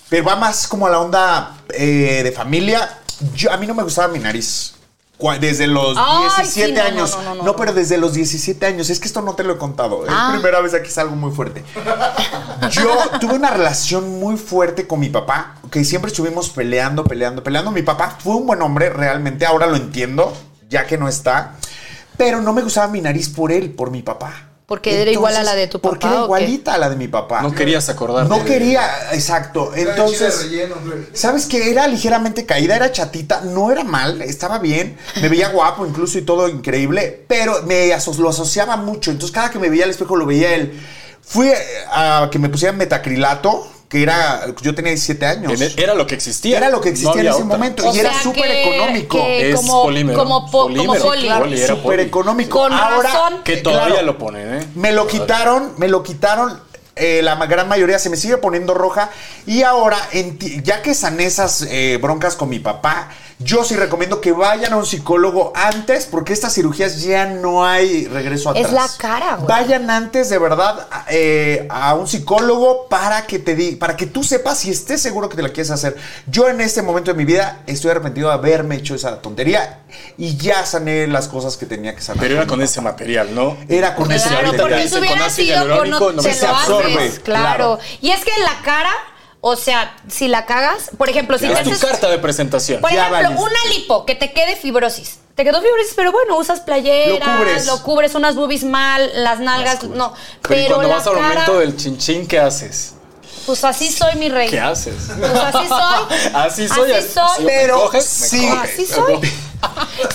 pero va más como a la onda eh, de familia. Yo- a mí no me gustaba mi nariz. Cua- Desde los Ay, 17 sí, no, no, años. no, no, no, pero desde los 17 años. Es que esto no te lo he contado. Es Ah. primera vez aquí es algo muy fuerte. Yo tuve una relación muy fuerte con mi papá, que siempre estuvimos peleando, peleando, peleando. Mi papá fue un buen hombre, realmente, ahora lo entiendo, ya que no está. Pero no me gustaba mi nariz por él, por mi papá. Porque era igual a la de tu Porque papá, era ¿o qué? igualita a la de mi papá. No querías acordarte. No de- quería, exacto. Entonces, chile relleno, güey. ¿sabes qué? Era ligeramente caída, era chatita, no era mal, estaba bien, me veía guapo incluso y todo increíble, pero me aso- lo asociaba mucho. Entonces, cada que me veía al espejo lo veía él. Fui eh, a que me pusieran metacrilato, que era, yo tenía 17 años. En- Era lo que existía. Era lo que No existía en había ese otra. momento O y era sea súper que- económico. que Es como, polímero. Como, po- como Polímero, poli. claro. Era Súper poli. económico. Con Ahora, razón. Que todavía Claro. lo ponen, ¿eh? Me lo quitaron, me lo quitaron. eh, la ma- gran mayoría se me sigue poniendo roja. Y ahora, enti- ya que sané esas eh, broncas con mi papá, yo sí recomiendo que vayan a un psicólogo antes, porque estas cirugías ya no hay regreso atrás. Es la cara, güey. Vayan antes, de verdad, a- eh, a un psicólogo para que te di- para que tú sepas si estés seguro que te la quieres hacer. Yo en este momento de mi vida estoy arrepentido de haberme hecho esa tontería y ya sané las cosas que tenía que sanar. Pero era con ese material, ¿no? Era con ese Claro, ahorita porque te eso dicen con hubiera ácido sido con hialurónico, no se se lo absorbe, haces, claro. claro. Y es que en la cara, o sea, si la cagas, por ejemplo, si te Era tu haces, carta de presentación. por Ya ejemplo, valiste. una lipo que te quede fibrosis. Te quedó fibrosis, pero bueno, usas playeras, Lo cubres. lo cubres, unas boobies mal, las nalgas, no. Pero, y Pero, cuando la vas al cara, momento del chinchín, ¿qué haces? pues así soy mi rey. ¿Qué haces? Pues así soy. Así soy, Así así soy. soy. Pero ¿Me coges? ¿Me sí. coges? Así soy.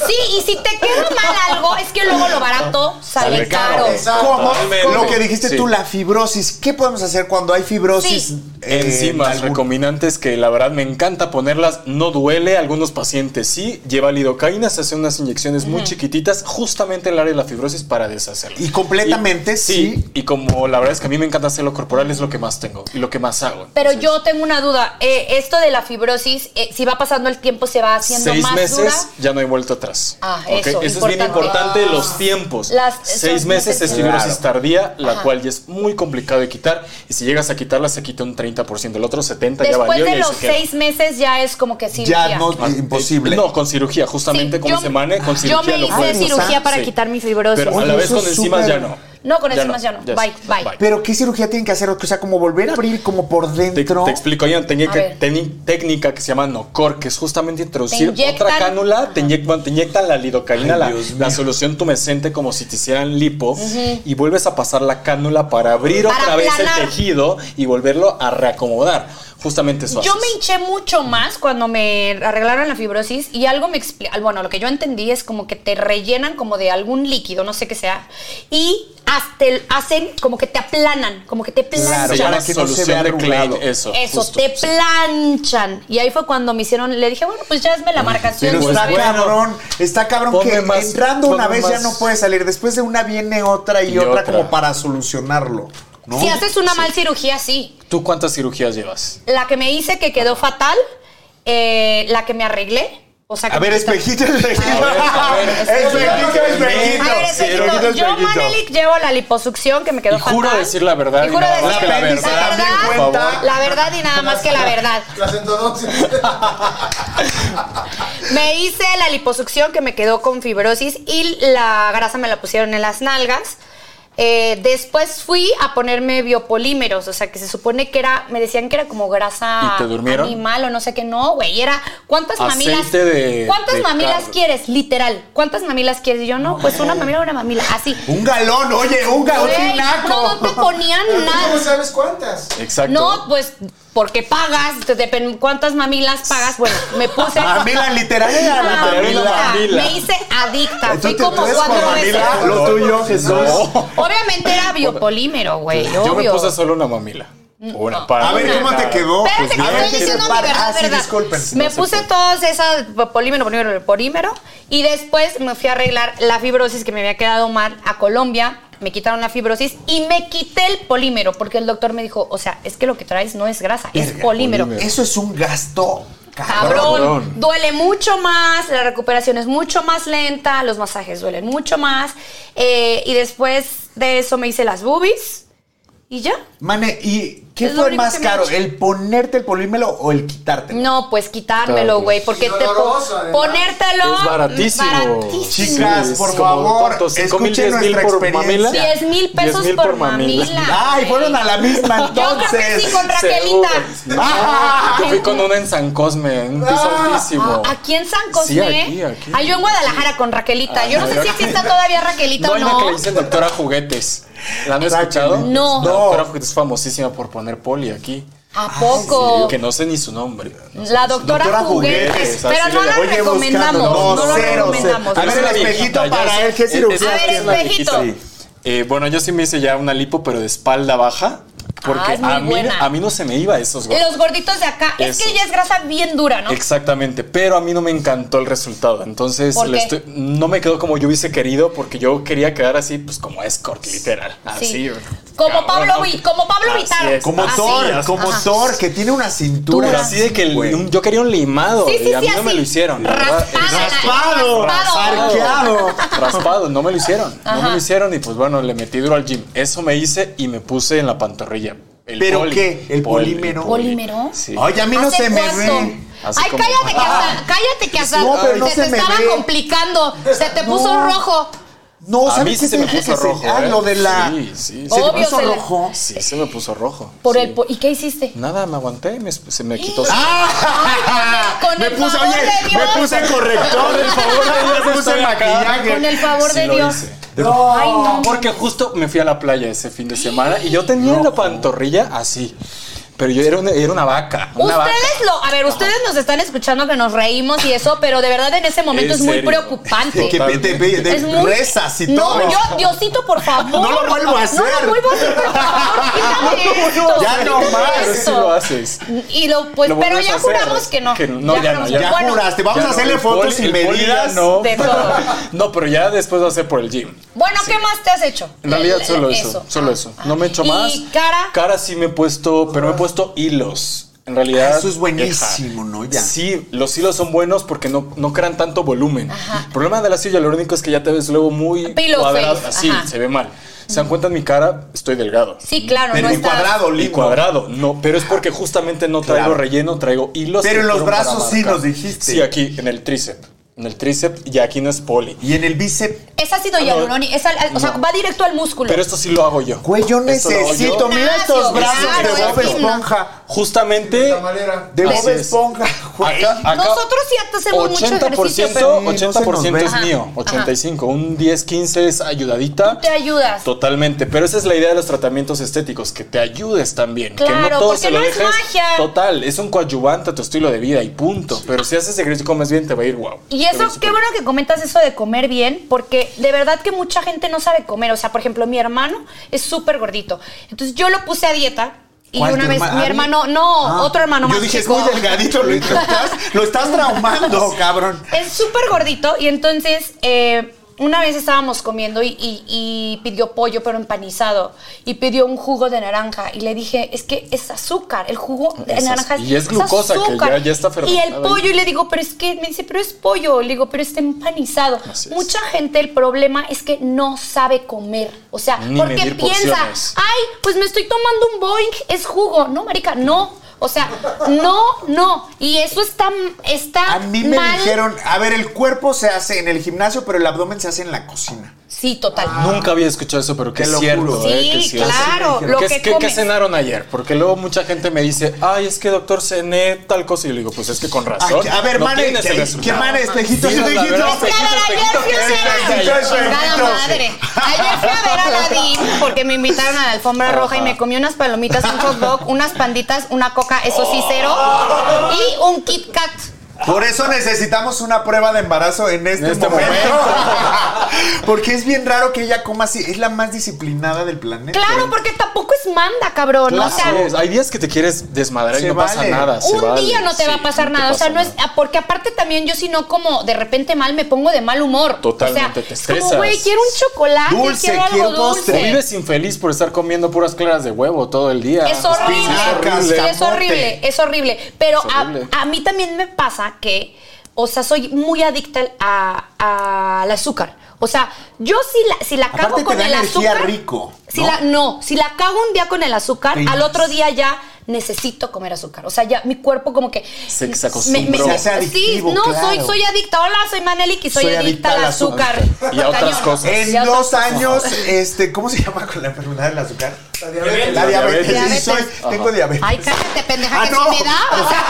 Sí, y si te queda mal algo, es que luego lo barato sale, Sale caro. caro. Exacto. ¿Cómo? Totalmente. Lo que dijiste Sí. tú, la fibrosis. ¿Qué podemos hacer cuando hay fibrosis? Sí. eh, en Enzimas algún- recombinantes que la verdad me encanta ponerlas, no duele, algunos pacientes sí, lleva lidocaína, se hacen unas inyecciones muy chiquititas justamente en el área de la fibrosis para deshacerla. Y completamente, sí. Y como la verdad es que a mí me encanta hacerlo corporal, es lo que más tengo y lo que más hago. Pero Entonces, yo tengo una duda. Eh, esto de la fibrosis, eh, si va pasando el tiempo, se va haciendo seis más meses dura. ya no he vuelto atrás. Ah, ¿ok? eso, es importante. bien Ah. importante los tiempos. Las- seis esos meses es meses. fibrosis Claro. tardía, la Ajá. cual ya es muy complicado de quitar. Y si llegas a quitarla, se quita un 30%, el otro 70% ya Después valió. y de ahí se los queda. seis meses ya es como que cirugía. Ya no, Ah, es eh, imposible. No, con cirugía, justamente Sí, como yo- se mane, con Yo cirugía me lo hice puedes usar. cirugía para Sí. quitar mi fibrosis. Pero a Oye, la vez eso con es enzimas súper- ya no. No, con enzimas ya no. Bye, es- bye. Pero ¿qué cirugía tienen que hacer? O sea, como volver a abrir como por Te, dentro. te explico, hay una A técnica, ver. teni- técnica que se llama NOCOR, que es justamente introducir inyectan- otra cánula, te inyectan, te inyectan la lidocaína, Ay, la, Dios la mío. solución tumescente como si te hicieran lipo, y vuelves a pasar la cánula para abrir Para otra vez aplanar. el tejido y volverlo a reacomodar. Justamente eso Yo haces. me hinché mucho más cuando me arreglaron la fibrosis y algo me explica. Bueno, lo que yo entendí es como que te rellenan como de algún líquido, no sé qué sea, y hasta el- hacen como que te aplanan, como que te planchan. Claro, se llama para que no se solución vea de Klein, arrugado. eso. Eso, justo, te sí. planchan. Y ahí fue cuando me hicieron, le dije, bueno, pues ya me la marcación. Pero Pues está bueno. cabrón, está cabrón Ponme que más, entrando una ponme vez ya más. no puedes salir. Después de una viene otra y, Y otra, otra. como para solucionarlo. ¿no? Si haces una mal cirugía, sí. ¿Tú cuántas cirugías llevas? La que me hice que quedó fatal, eh, la que me arreglé O sea, A ver, espejito, espejito. A ver, a ver. Espejito, espejito. A ver, Sí, espejito. espejito, Yo, Manelik, llevo la liposucción que me quedó Y juro fatal. decir la verdad Y y juro nada más decir que la la verdad. También verdad. cuenta. La verdad y nada más que la verdad. Ah, La endodoncia. Me hice la liposucción que me quedó con fibrosis y la grasa me la pusieron en las nalgas. Eh, después fui a ponerme biopolímeros, o sea que se supone que era, me decían que era como grasa ¿Y te durmieron? animal o no sé qué, no, güey, era cuántas Aceite mamilas, de- cuántas de mamilas carne. quieres, literal, cuántas mamilas quieres, y yo no, pues una mamila, una mamila, así. Un galón, oye, un galón, Güey, un naco. no, no te ponían Pero tú nada. no sabes cuántas. Eh, Exacto. No, pues porque pagas, te depen- cuántas mamilas pagas. Bueno, me puse. Mamila, literal era la Ah, literal, mamila. una mamila. Me hice adicta. Fui Entonces, como ¿tú eres cuatro con veces. mamila? Lo tuyo, pues, Jesús. No. Obviamente era biopolímero, güey. Yo me obvio. Mm. puse solo una mamila. Una para A ver, ¿cómo te quedó? Espérate que A ver, estoy diciendo mi para- verdad, pues, Ah, sí, verdad. disculpen. me No se puse puede. todas esas polímero, polímero, polímero y después me fui a arreglar la fibrosis que me había quedado mal a Colombia. Me quitaron la fibrosis y me quité el polímero porque el doctor me dijo, o sea, es que lo que traes no es grasa, es Verga, polímero. polímero. Eso es un gasto Cabrón, cabrón. Cabrón. duele mucho más, la recuperación es mucho más lenta, los masajes duelen mucho más. eh, y después de eso me hice las boobies y ya. Mane, ¿y qué Es lo fue único más que me caro? ha hecho. ¿El ponerte el polímero o el quitártelo? No, pues Claro. quitármelo, güey, porque Y te po- doloroso, además. ponértelo Es baratísimo. Chicas, por favor, escuchen nuestra experiencia. 10 mil pesos por, mamila. Ay, güey. fueron a la misma Yo creo que sí entonces. con Raquelita. Seguro. Ah. Yo fui con una en San Cosme, un piso Ah. altísimo. Ah, aquí en San Cosme. Sí, aquí, aquí. Ah, yo en Guadalajara con Raquelita. Ah, yo no no, sé yo si aquí aquí. está todavía Raquelita No o hay una no. que le dicen doctora juguetes. ¿La han Raquel. escuchado? No. La No. doctora juguetes es famosísima por poner poli aquí. ¿A poco? Que no sé ni su nombre. No sé La ni su- doctora, Doctora Juguetes. Juguetes, Pero así no le la llamo. Oye, recomendamos. buscando, No no, la cero, recomendamos. cero. A ver, Esa el viejita, espejito ya para sé. él, ¿qué Es- cirugía A ver, tienes? la viejita. espejito. Sí. Eh, bueno, yo sí me hice ya una lipo, pero de espalda baja. Porque Ah, es muy a, mí, buena. a mí no se me iba esos gordos. Los gorditos de acá. Es que Eso. ella es grasa bien dura, ¿no? Exactamente, pero a mí no me encantó el resultado. Entonces ¿Por le qué? estoy- no me quedó como yo hubiese querido porque yo quería quedar así, pues como escort, literal. Así. Sí. Como Pablo Vi- como Pablo Así Vitaro. es. Como Así. Thor, como Ajá. Thor, que tiene una cintura. Pero así de que el- Güey. un- yo quería un limado Sí, sí, y a sí, mí no me así. lo hicieron. la verdad. Raspada, Raspado, raspado. arqueado. Raspado, no me lo hicieron. No Ajá. me lo hicieron y pues bueno, le metí duro al gym. Eso me hice y me puse en la pantorrilla. El ¿Pero poli. qué? ¿El Poli, polímero? poli. ¿Polímero? Sí. Oye, a mí no ¿Hace se me cuánto? ve. Así Ay, como- cállate que hasta, cállate que hasta No, pero no se, se te me estaba ve. complicando. Se te No. puso rojo. No, a ¿sabes mí qué sí se me tiene puso que ser? rojo. Ah, ¿eh? lo de la. Sí, sí. Se Obvio, te puso se le- rojo. Sí, se me puso rojo. Por sí. el po- ¿Y qué hiciste? Nada, me aguanté, me- se me quitó. Ah, Con me el puse, favor oye, de Dios. me puse corrector, el favor de Dios, me puse Estoy acá. maquillaje. Con el favor Sí de lo Dios. hice. No. Ay, no. Porque justo me fui a la playa ese fin de semana y yo tenía la pantorrilla así. Pero yo era una, era una vaca. Una vaca. Ustedes lo, a ver, ustedes nos están escuchando que nos reímos y eso, pero de verdad en ese momento En es muy serio. preocupante. De que te, te, te- Es muy- rezas y no, todo. yo, Diosito, por favor. No lo vuelvo a hacer. No lo vuelvo a hacer, por favor. Quítame esto. Ya no quítame más. Pero Ah, sí esto. lo haces. Y lo, pues, Lo pero vuelves ya a hacer. juramos que no. Que no, ya no, juramos ya que- Ya bueno, juraste, vamos Ya a no, hacerle el fotos poli- y el poli medidas. ya no. De todo. no, pero ya después lo hacer por el gym. Bueno, ¿qué más te has hecho? En realidad solo eso, solo Ah, eso. ah. No me he hecho ¿Y más. cara? Cara sí me he puesto, pero me he puesto hilos. En realidad. Ah, eso es buenísimo, ¿no? Ya. Sí, los hilos son buenos porque no, no crean tanto volumen. Ajá. El problema de la silla, lo único es que ya te ves luego muy Pillow cuadrado. face, Así, ajá. se ve mal. ¿Se dan cuenta en mi cara? Estoy delgado. Sí, claro, Pero no en estás. cuadrado, Y lindo. cuadrado, no, pero es porque justamente no traigo Claro. relleno, traigo hilos. Pero que en los fueron para brazos sí marcar. nos dijiste. Sí, aquí, en el tríceps. En el tríceps y aquí no es poli. Y en el bíceps. Es ácido hialurónico, es al- al- o sea, No. va directo al músculo. Pero esto sí lo hago yo. Güey, yo Esto lo hago yo. necesito. Mira Gimnasio, estos brazos claro, de Bob es gimnasio. Esponja. Justamente. La manera. De Así Bob es. Esponja, güey. Acá- acá Nosotros sí hacemos mucho ejercicio, pero 80%, Sí, no se nos 80% ve. es Ajá, mío, ajá. 85, un 10, 15 es ayudadita. te ayudas. Totalmente, pero esa es la idea de los tratamientos estéticos, que te ayudes también, que Claro, no todo porque se lo no es dejes. magia. Total, es un coadyuvante a tu estilo de vida y punto. Pero si haces ejercicio y comes bien, te va a ir guau. Y Te va a ir eso, qué súper bueno que comentas eso de comer bien, porque de verdad que mucha gente no sabe comer. O sea, por ejemplo, mi hermano es súper gordito. Entonces yo lo puse a dieta y ¿Cuál, una tu vez herma- mi Abby? hermano, no, Ah. otro hermano más. Yo dije, chico. es muy delgadito, lo, lo estás, lo estás traumando, cabrón. Es súper gordito y entonces eh, una vez estábamos comiendo y, y- y pidió pollo pero empanizado y pidió un jugo de naranja y le dije, es que es azúcar, el jugo de Es az- naranja y es glucosa, que ya- ya Y está el fermentada ahí. pollo y le digo, pero es que, me dice, pero es pollo, le digo, pero está empanizado. Así es. Mucha gente el problema es que no sabe comer, o sea, Ni porque medir piensa, porciones. ay, pues me estoy tomando un boing, es jugo. No, marica, no. O sea, no, no. Y eso está, está A mí me mal. dijeron, a ver, el cuerpo se hace en el gimnasio, pero el abdomen se hace en la cocina. Sí, total. Nunca había escuchado eso, pero que Te es lo cierto, juro. ¿eh? Sí, que es cierto. claro, ¿Qué- lo que ¿Qué, qué comes. cenaron ayer? Porque luego mucha gente me dice, ay, es que doctor cené tal cosa. Y yo le digo, pues es que con razón. Ay, a ver, no mane, tienes el que, que resultado". mane, espejito, Sí, espejito. la verdad, Es que a ver, ayer fui a espejito, cenar. espejito, Chingada espejito. madre. Ayer fui a ver a Aladdin porque me invitaron a la alfombra roja y me comí unas palomitas, un hot dog, unas panditas, una coca, eso sí, cero, y un Kit Kat. Por eso necesitamos una prueba de embarazo en este, En este momento. momento. Porque es bien raro que ella coma así. Es la más disciplinada del planeta. Claro, porque tampoco es manda, cabrón. Claro, o sea, así es. hay días que te quieres desmadrar Se y no pasa vale. nada. se un día vale, no te sí, va a pasar no te nada. O sea, pasa no es. Porque aparte también yo, si no como de repente mal, me pongo de mal humor. Totalmente, O sea, te es como, estresas. güey, quiero un chocolate, Dulce, quiero algo quiero dulce. postre. O vives infeliz por estar comiendo puras claras de huevo todo el día. Pues, Es Pues horrible. Espinacas, Sí, es camote. horrible, es horrible. Pero Es horrible. A, a mí también me pasa que, o sea, soy muy adicta al a- al azúcar. O sea, yo si la, si la cago Aparte te con da el energía azúcar. rico, Si ¿no? la, no, si la cago un día con el azúcar, Sí. al otro día ya necesito comer azúcar. O sea, ya mi cuerpo como que. Se- se acostumbra. Se hace sí, adictivo, no, claro. soy, soy adicta. Hola, soy Manelik y soy, adicta, al azúcar. Y a otras Cañón. cosas. En Y a otras dos cosas. años, este, ¿cómo se llama con la enfermedad del azúcar? La diabetes. La diabetes. diabetes. Sí, soy- Diabetes. tengo diabetes. Ay, cállate, pendeja, Ah, que no. si me da, o sea,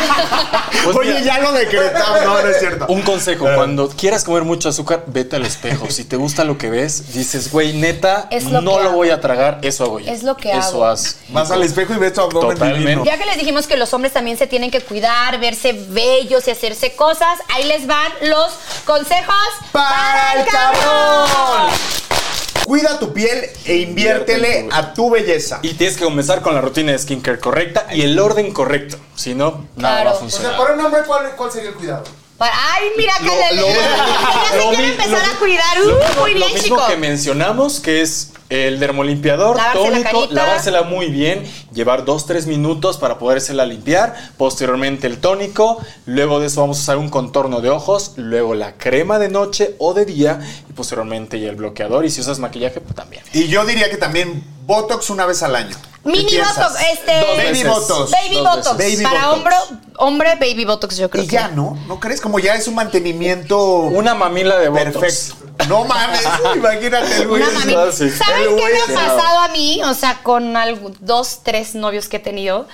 qué culpa. Pues Oye, mira. ya lo decretamos. No, no es cierto. Un consejo, Claro. cuando quieras comer mucho azúcar, vete al espejo. Si te gusta lo que ves, dices, güey, neta, Es lo no que lo hago. voy a tragar, eso hago yo. Es lo que hago. Eso haz. Vas al espejo y ves tu abdomen Totalmente. divino. Ya que les dijimos que los hombres también se tienen que cuidar, verse bellos y hacerse cosas, ahí les van los consejos ¡Para el cabrón! Cuida tu piel e inviértele a tu belleza. Y tienes que comenzar con la rutina de skincare correcta y el orden correcto. Si no, nada Claro. va a O sea, funcionar. para un hombre, ¿cuál, cuál sería el cuidado? Para- Ay, mira, que Lo- le lo- Ya se lo quiere mi- empezar lo- a cuidar. lo Uh, mismo- muy bien, Lo mismo chico. que mencionamos, que es el dermolimpiador, Lavarse la tónico, carita. lavársela muy bien, llevar 2-3 minutos para podérsela limpiar, posteriormente el tónico, luego de eso vamos a usar un contorno de ojos, luego la crema de noche o de día y posteriormente ya el bloqueador y si usas maquillaje pues también. Y yo diría que también Botox una vez al año. ¿Qué Mini piensas? botox, este. Dos Baby veces. botox. Baby Dos botox. veces. Baby para botox. hombro, hombre, baby botox, yo creo Y que. ya, ¿no? ¿No crees? Como ya es un mantenimiento Una mamila de botox. perfecto. No mames, imagínate el güey. Una Sí, mami. claro, sí. ¿Saben El qué güey me ha tirado. pasado a mí? O sea, con algo- dos, tres novios que he tenido.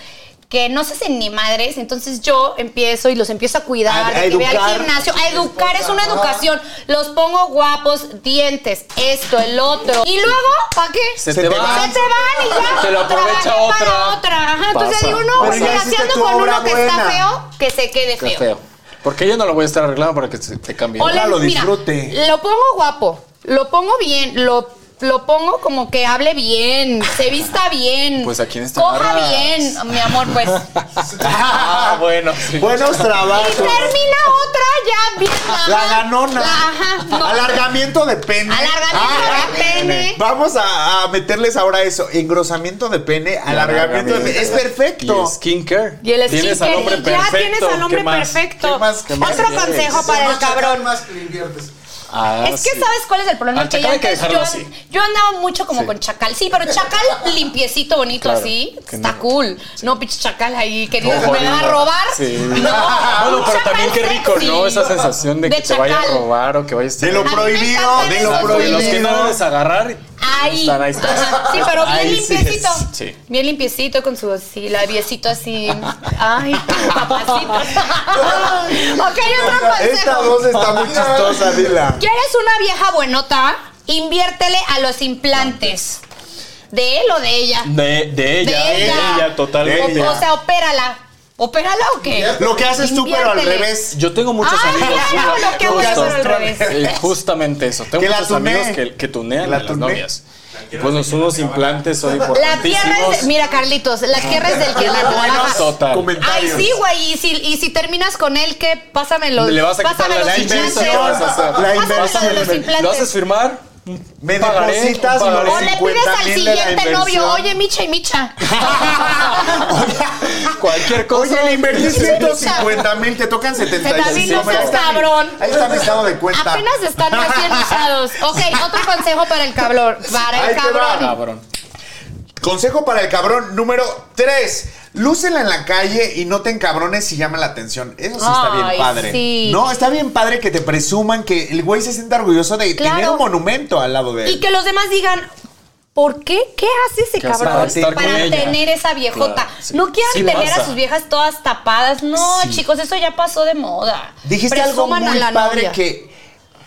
Que no se hacen ni madres, entonces yo empiezo y los empiezo a A- cuidar, a de que vea educar. al gimnasio, a educar, es una educación. Los pongo guapos, dientes, esto, el otro. Y luego, ¿para qué? Se, Se te, te va. va. Se te van y ya. Se lo aprovecha trabajé para otra. otra. Ajá, entonces Pasa. digo, no, Pero si ya la hiciste haciendo tu con obra uno que buena. está feo, que se quede Qué feo. feo. Porque yo no lo voy a estar arreglando para que se- te cambie. O le- Ojalá lo mira, disfrute. lo pongo guapo, lo pongo bien, lo, lo pongo como que hable bien, se vista bien. Pues, ¿a quién está Coja amarras? bien, mi amor, pues. Ah, bueno. sí. Buenos y trabajos. termina otra ya bien. mamá. La La- ganona. ajá, no. Alargamiento de pene. Ah, Alargamiento de pene. Vamos a, a meterles ahora eso. Engrosamiento de pene, alargamiento de pene. Es perfecto. Y skincare. Y el Tienes skincare, al hombre y perfecto. ya tienes al hombre ¿Qué más? perfecto. ¿Qué más? ¿Qué más Otro quieres? consejo Son para el más chacal cabrón. más que le inviertes. Ah, Es que sí. sabes cuál es el problema Al que chacal yo hay que antes- dejarlo yo, así. yo andaba mucho como con chacal, sí, pero chacal limpiecito, bonito Claro, así, que está no. cool. No pinche chacal ahí que digo Ojo, que me va a lindo. robar. Sí. No, Bueno, un pero chacal también qué rico, ¿no? sexy. Esa sensación de, De que te vaya a chacal. robar o que vayas De lo mí me prohibido, encanta de eso, lo güey. De los que no prohibido. debes agarrar. Ahí. Están, ahí están. Ajá, Sí, pero bien Ahí sí es, limpiecito. sí. Bien limpiecito con su así, labiecito así. Ay, papacito. ok, otro consejo. Esta voz está muy chistosa, Dila. ¿Quieres una vieja buenota? Inviértele a los implantes. ¿De él o de ella? De, de ella, De de ella, ella. totalmente. De ella. O, o sea, opérala. ¿Opérala o qué? Lo que haces tú, pero al Inviértele. revés. Yo tengo muchos Ah, amigos. claro, mira, lo que hago es justo- al revés. Eh, justamente eso. Tengo Que la muchos tuneé. amigos que, que tunean Que la a las tuneé. novias. Y pues los unos implantes son La tierra es. importantísimos. Mira, Carlitos, la tierra es del que la trabaja. Total. Ay, Comentarios. sí, güey. Y si, y si terminas con él, ¿qué? Pásamelo. Le vas a quitar pásame la, los la implantes. inversión. que vas a hacer. La Pásame lo de los inversión. implantes. ¿Lo haces firmar? Me Pagaré, depositas pagaré. O los le 50 pides al mil de la siguiente novio, inversión. oye, Micha y Micha. Cualquier cosa. Oye, le invertí Sí, sí, 150 mil, te tocan 75 David, no mil. seas cabrón. Ahí está mi estado de cuenta. Apenas están recién usados. Ok, otro consejo para el cabrón. Para Ahí el te va. cabrón. Cabrón. Consejo para el cabrón número 3. Lúcela en la calle y no te encabrones si llama la atención. Eso sí está Ay, bien padre. sí. No, está bien padre que te presuman que el güey se sienta orgulloso de Claro. tener un monumento al lado de él. Y que los demás digan, ¿por qué? ¿Qué hace ese ¿Qué hace cabrón para estar con ella? tener esa viejota? Claro, sí. No quieran Sí tener pasa. a sus viejas todas tapadas. No, Sí. chicos, eso ya pasó de moda. Dijiste algo Presuman muy padre novia. que,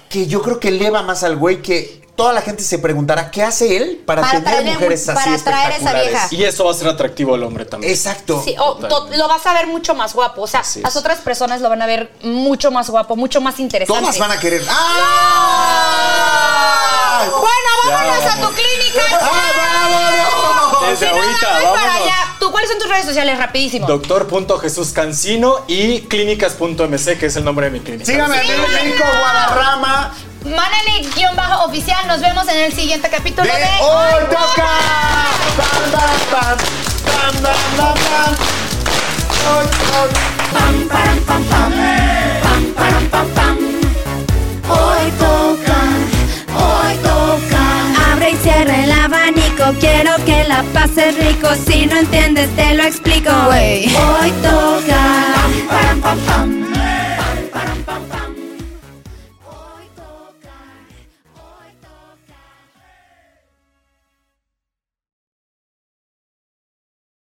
que yo creo que eleva más al güey que toda la gente se preguntará qué hace él para, Para tener traer- mujeres así para traer esa espectaculares? vieja. Y eso va a ser atractivo al hombre también. Exacto. Sí, o to- lo vas a ver mucho más guapo. O sea, Así es. las otras personas lo van a ver mucho más guapo, mucho más interesante. Todas van a querer. ¡Ah! Bueno, Ya, vámonos a tu vámonos. clínica. ¡Ah, vámonos! Desde Si no, ahorita, voy para vámonos. allá. ¿Tú cuáles son tus redes sociales? Rapidísimo. Doctor.jesuscancino y clínicas.mc, que es el nombre de mi clínica. Síganme en el México Guadarrama Maneli-oficial, nos vemos en el siguiente capítulo de de, Hoy Toca. Pam, pam, pam. Pam, pam, pam, pam. Hoy, hoy. Hoy toca, hoy toca. Abre y cierra el abanico, quiero que la pases rico. Si no entiendes, te lo explico. Hoy toca. Pam, pam, pam, pam.